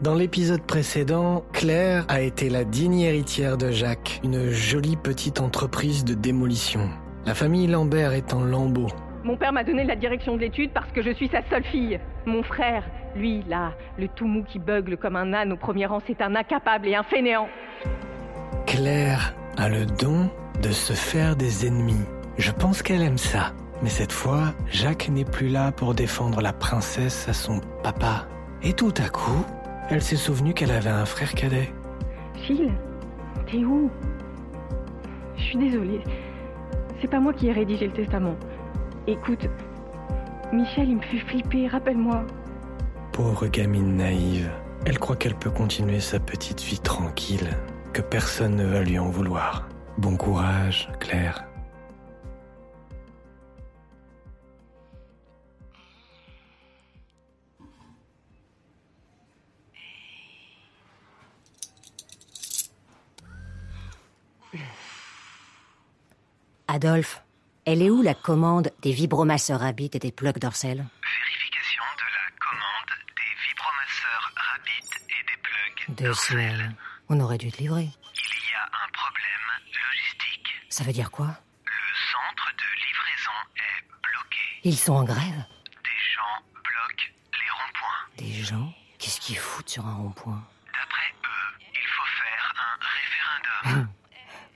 Dans l'épisode précédent, Claire a été la digne héritière de Jacques, une jolie petite entreprise de démolition. La famille Lambert est en lambeaux. Mon père m'a donné la direction de l'étude parce que je suis sa seule fille. Mon frère, lui, là, le tout mou qui beugle comme un âne au premier rang, c'est un incapable et un fainéant. Claire a le don de se faire des ennemis. Je pense qu'elle aime ça. Mais cette fois, Jacques n'est plus là pour défendre la princesse à son papa. Et tout à coup, elle s'est souvenue qu'elle avait un frère cadet. Phil, t'es où Je suis désolée. C'est pas moi qui ai rédigé le testament. Écoute, Michel, il me fait flipper, rappelle-moi. Pauvre gamine naïve. Elle croit qu'elle peut continuer sa petite vie tranquille, que personne ne va lui en vouloir. Bon courage, Claire. Adolphe, elle est où la commande des vibromasseurs Rabbit et des plugs d'Orcel Vérification de la commande des vibromasseurs Rabbit et des plugs. Deux semaines. On aurait dû te livrer. Il y a un problème logistique. Ça veut dire quoi Le centre de livraison est bloqué. Ils sont en grève Des gens bloquent les ronds-points. Des gens Qu'est-ce qu'ils foutent sur un rond-point D'après eux, il faut faire un référendum.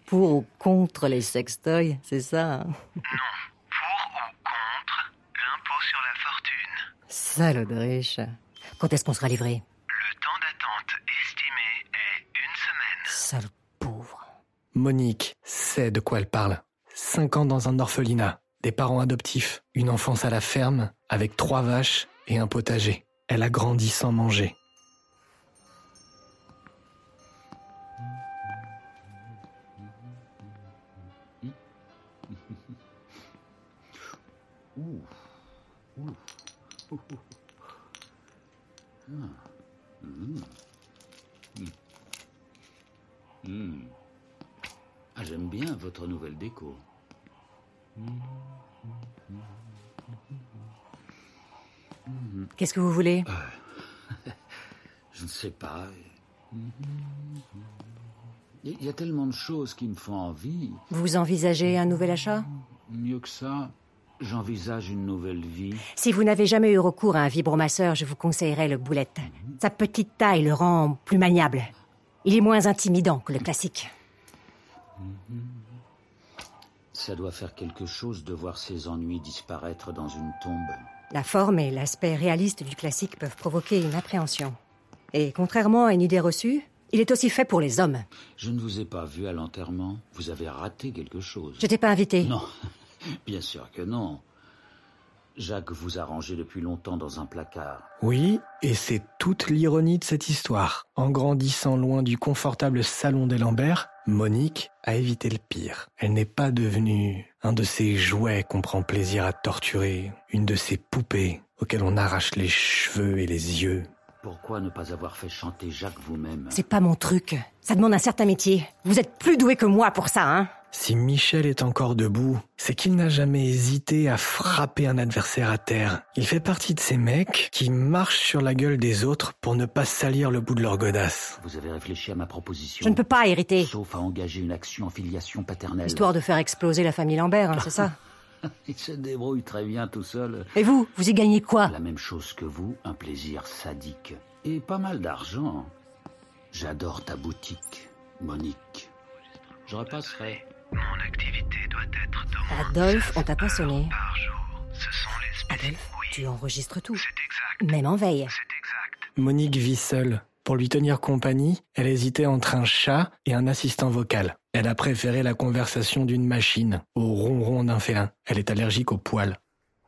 Pour ou contre les sextoys, c'est ça hein Non. Pour ou contre l'impôt sur la fortune. Sale de riche. Quand est-ce qu'on sera livré Le temps d'attente estimé est une semaine. Sale pauvre. Monique sait de quoi elle parle. Cinq ans dans un orphelinat, des parents adoptifs, une enfance à la ferme, avec trois vaches et un potager. Elle a grandi sans manger. Ah, j'aime bien votre nouvelle déco. Qu'est-ce que vous voulez Je ne sais pas. Il y a tellement de choses qui me font envie. Vous envisagez un nouvel achat Mieux que ça, j'envisage une nouvelle vie. Si vous n'avez jamais eu recours à un vibromasseur, je vous conseillerais le boulette. Sa petite taille le rend plus maniable. Il est moins intimidant que le classique. Ça doit faire quelque chose de voir ces ennuis disparaître dans une tombe. La forme et l'aspect réaliste du classique peuvent provoquer une appréhension. Et contrairement à une idée reçue, il est aussi fait pour les hommes. Je ne vous ai pas vu à l'enterrement. Vous avez raté quelque chose. Je t'ai pas invité. Non, bien sûr que non. Jacques vous a rangé depuis longtemps dans un placard. Oui, et c'est toute l'ironie de cette histoire. En grandissant loin du confortable salon des Lambert, Monique a évité le pire. Elle n'est pas devenue un de ces jouets qu'on prend plaisir à torturer, une de ces poupées auxquelles on arrache les cheveux et les yeux. Pourquoi ne pas avoir fait chanter Jacques vous-même C'est pas mon truc. Ça demande un certain métier. Vous êtes plus doué que moi pour ça, hein Si Michel est encore debout, c'est qu'il n'a jamais hésité à frapper un adversaire à terre. Il fait partie de ces mecs qui marchent sur la gueule des autres pour ne pas salir le bout de leur godasse. Vous avez réfléchi à ma proposition. Je ne peux pas hériter. Sauf à engager une action en filiation paternelle. Histoire de faire exploser la famille Lambert, hein, c'est ça Il se débrouille très bien tout seul. Et vous, vous y gagnez quoi La même chose que vous, un plaisir sadique. Et pas mal d'argent. J'adore ta boutique, Monique. Je repasserai. Mon activité doit être d'au moins Adolphe, on t'a pas sonné. par jour. Ce sont les spécifiques. Adolphe, tu enregistres tout. C'est exact, Même en veille. c'est exact. Monique vit seule. Pour lui tenir compagnie, elle hésitait entre un chat et un assistant vocal. Elle a préféré la conversation d'une machine au ronron d'un félin. Elle est allergique aux poils.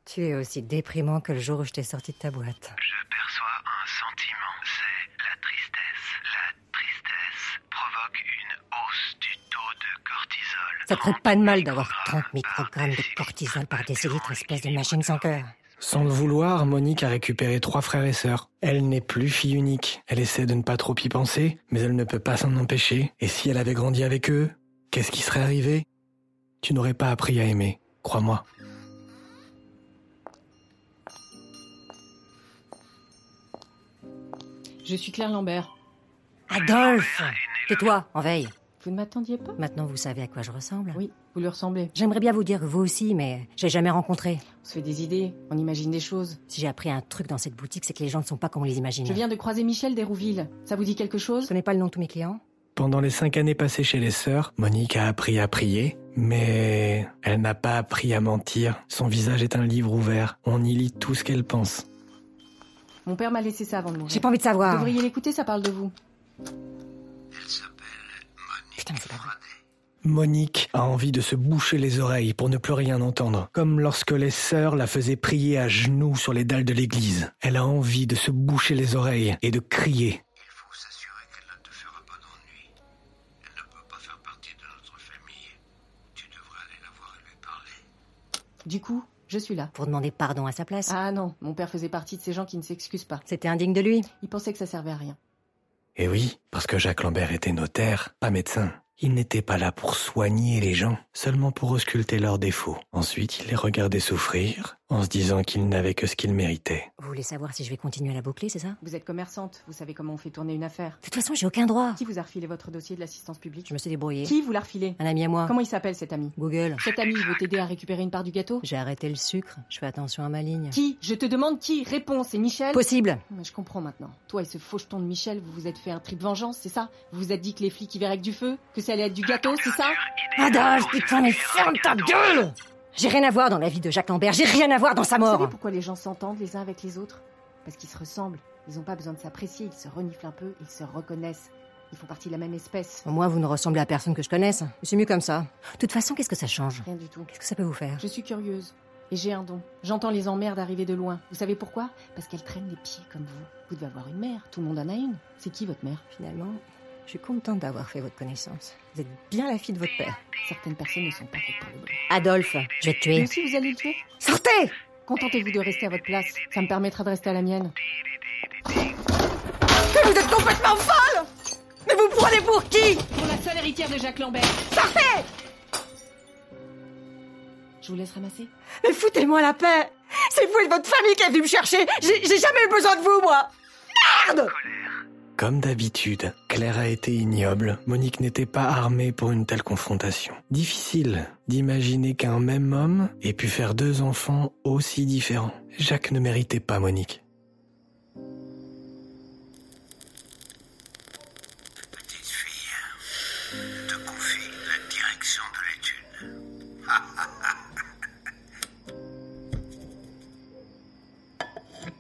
Tu es aussi déprimant que le jour où je t'ai sorti de ta boîte. Je perçois un sentiment. C'est la tristesse. La tristesse provoque une hausse du taux de cortisol. Ça te ferait pas de mal d'avoir 30 microgrammes de cortisol par décilitre, espèce de machine sans cœur. Sans le vouloir, Monique a récupéré trois frères et sœurs. Elle n'est plus fille unique. Elle essaie de ne pas trop y penser, mais elle ne peut pas s'en empêcher. Et si elle avait grandi avec eux, qu'est-ce qui serait arrivé Tu n'aurais pas appris à aimer, crois-moi. Je suis Claire Lambert. Adolphe Tais-toi, en veille. Vous ne m'attendiez pas Maintenant, vous savez à quoi je ressemble Oui, vous lui ressemblez. J'aimerais bien vous dire que vous aussi, mais j'ai jamais rencontré. On se fait des idées, on imagine des choses. Si j'ai appris un truc dans cette boutique, c'est que les gens ne sont pas comme on les imagine. Je viens de croiser Michel d'Hérouville. Ça vous dit quelque Je chose connais pas le nom de tous mes clients. Pendant les cinq années passées chez les sœurs, Monique a appris à prier, mais elle n'a pas appris à mentir. Son visage est un livre ouvert. On y lit tout ce qu'elle pense. Mon père m'a laissé ça avant de J'ai mourir. pas envie de Vous savoir. devriez l'écouter, ça parle de vous. Putain, mais c'est pas vrai. Monique a envie de se boucher les oreilles pour ne plus rien entendre, comme lorsque les sœurs la faisaient prier à genoux sur les dalles de l'église. Elle a envie de se boucher les oreilles et de crier. Il faut s'assurer qu'elle ne te fera pas d'ennui. Elle ne peut pas faire partie de notre famille. Tu devrais aller la voir et lui parler. Du coup, je suis là. Pour demander pardon à sa place. Ah non, mon père faisait partie de ces gens qui ne s'excusent pas. C'était indigne de lui. Il pensait que ça servait à rien. Et Eh oui, parce que Jacques Lambert était notaire, pas médecin. Il n'était pas là pour soigner les gens, seulement pour ausculter leurs défauts. Ensuite, il les regardait souffrir, en se disant qu'ils n'avaient que ce qu'ils méritaient. Vous voulez savoir si je vais continuer à la boucler, c'est ça Vous êtes commerçante, vous savez comment on fait tourner une affaire. De toute façon, j'ai aucun droit. Qui vous a refilé votre dossier de l'assistance publique Je me Ah. suis débrouillée. Qui vous l'a refilé Un ami à moi. Comment il s'appelle cet ami Google. Cet ami veut t'aider à récupérer une part du gâteau J'ai arrêté le sucre. Je fais attention à ma ligne. Qui Je te demande qui Réponse, c'est Michel Possible. Mais je comprends maintenant. Toi et ce faucheton de Michel, vous vous êtes fait un trip vengeance, c'est ça Vous vous êtes dit que les flics y verraient que du feu Que ça allait être du gâteau, c'est ça Adolphe, putain, mais ferme ta gueule J'ai rien à voir dans la vie de Jacques Lambert. J'ai rien à voir dans sa Vous Ah, mort. savez pourquoi les gens s'entendent les uns avec les autres Parce qu'ils se ressemblent. Ils n'ont pas besoin de s'apprécier, ils se reniflent un peu, ils se reconnaissent. Ils font partie de la même espèce. Au moins, vous ne ressemblez à personne que je connaisse. C'est mieux comme ça. De toute façon, qu'est-ce que ça change Rien du tout. Qu'est-ce que ça peut vous faire Je suis curieuse. Et j'ai un don. J'entends les emmerdes arriver de loin. Vous savez pourquoi Parce qu'elles traînent les pieds comme vous. Vous devez avoir une mère. Tout le monde en a une. C'est qui votre mère Finalement, je suis contente d'avoir fait votre connaissance. Vous êtes bien la fille de votre père. Certaines personnes ne sont pas faites pour le don. Adolphe, je vais te Mais tuer. si vous allez le tuer, Sortez contentez-vous de rester à votre place. Ça me permettra de rester à la mienne. Mais vous êtes complètement folle Mais vous prenez pour qui Pour la seule héritière de Jacques Lambert. Sortez Je vous laisse ramasser. Mais foutez-moi la paix C'est vous et votre famille qui êtes venu me chercher J'ai j'ai jamais eu besoin de vous, moi Merde Comme d'habitude, Claire a été ignoble. Monique n'était pas armée pour une telle confrontation. Difficile d'imaginer qu'un même homme ait pu faire deux enfants aussi différents. Jacques ne méritait pas Monique. Petite fille, je te confie la direction de l'étude.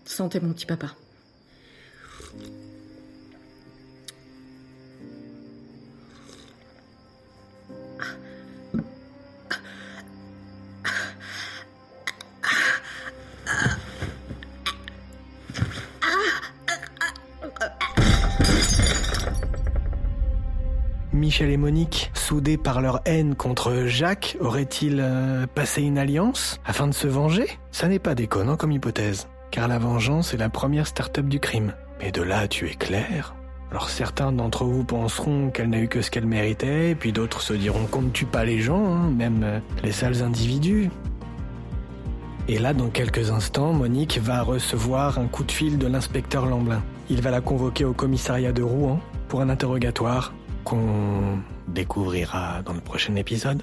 Sentez mon petit papa. Michel et Monique, soudés par leur haine contre Jacques, auraient-ils euh, passé une alliance afin de se venger Ça n'est pas déconnant comme hypothèse, car la vengeance est la première start-up du crime. Mais de là, tu es clair. Alors certains d'entre vous penseront qu'elle n'a eu que ce qu'elle méritait, puis d'autres se diront qu'on ne tue pas les gens, hein, même euh, les sales individus. Et là, dans quelques instants, Monique va recevoir un coup de fil de l'inspecteur Lamblin. Il va la convoquer au commissariat de Rouen pour un interrogatoire qu'on découvrira dans le prochain épisode.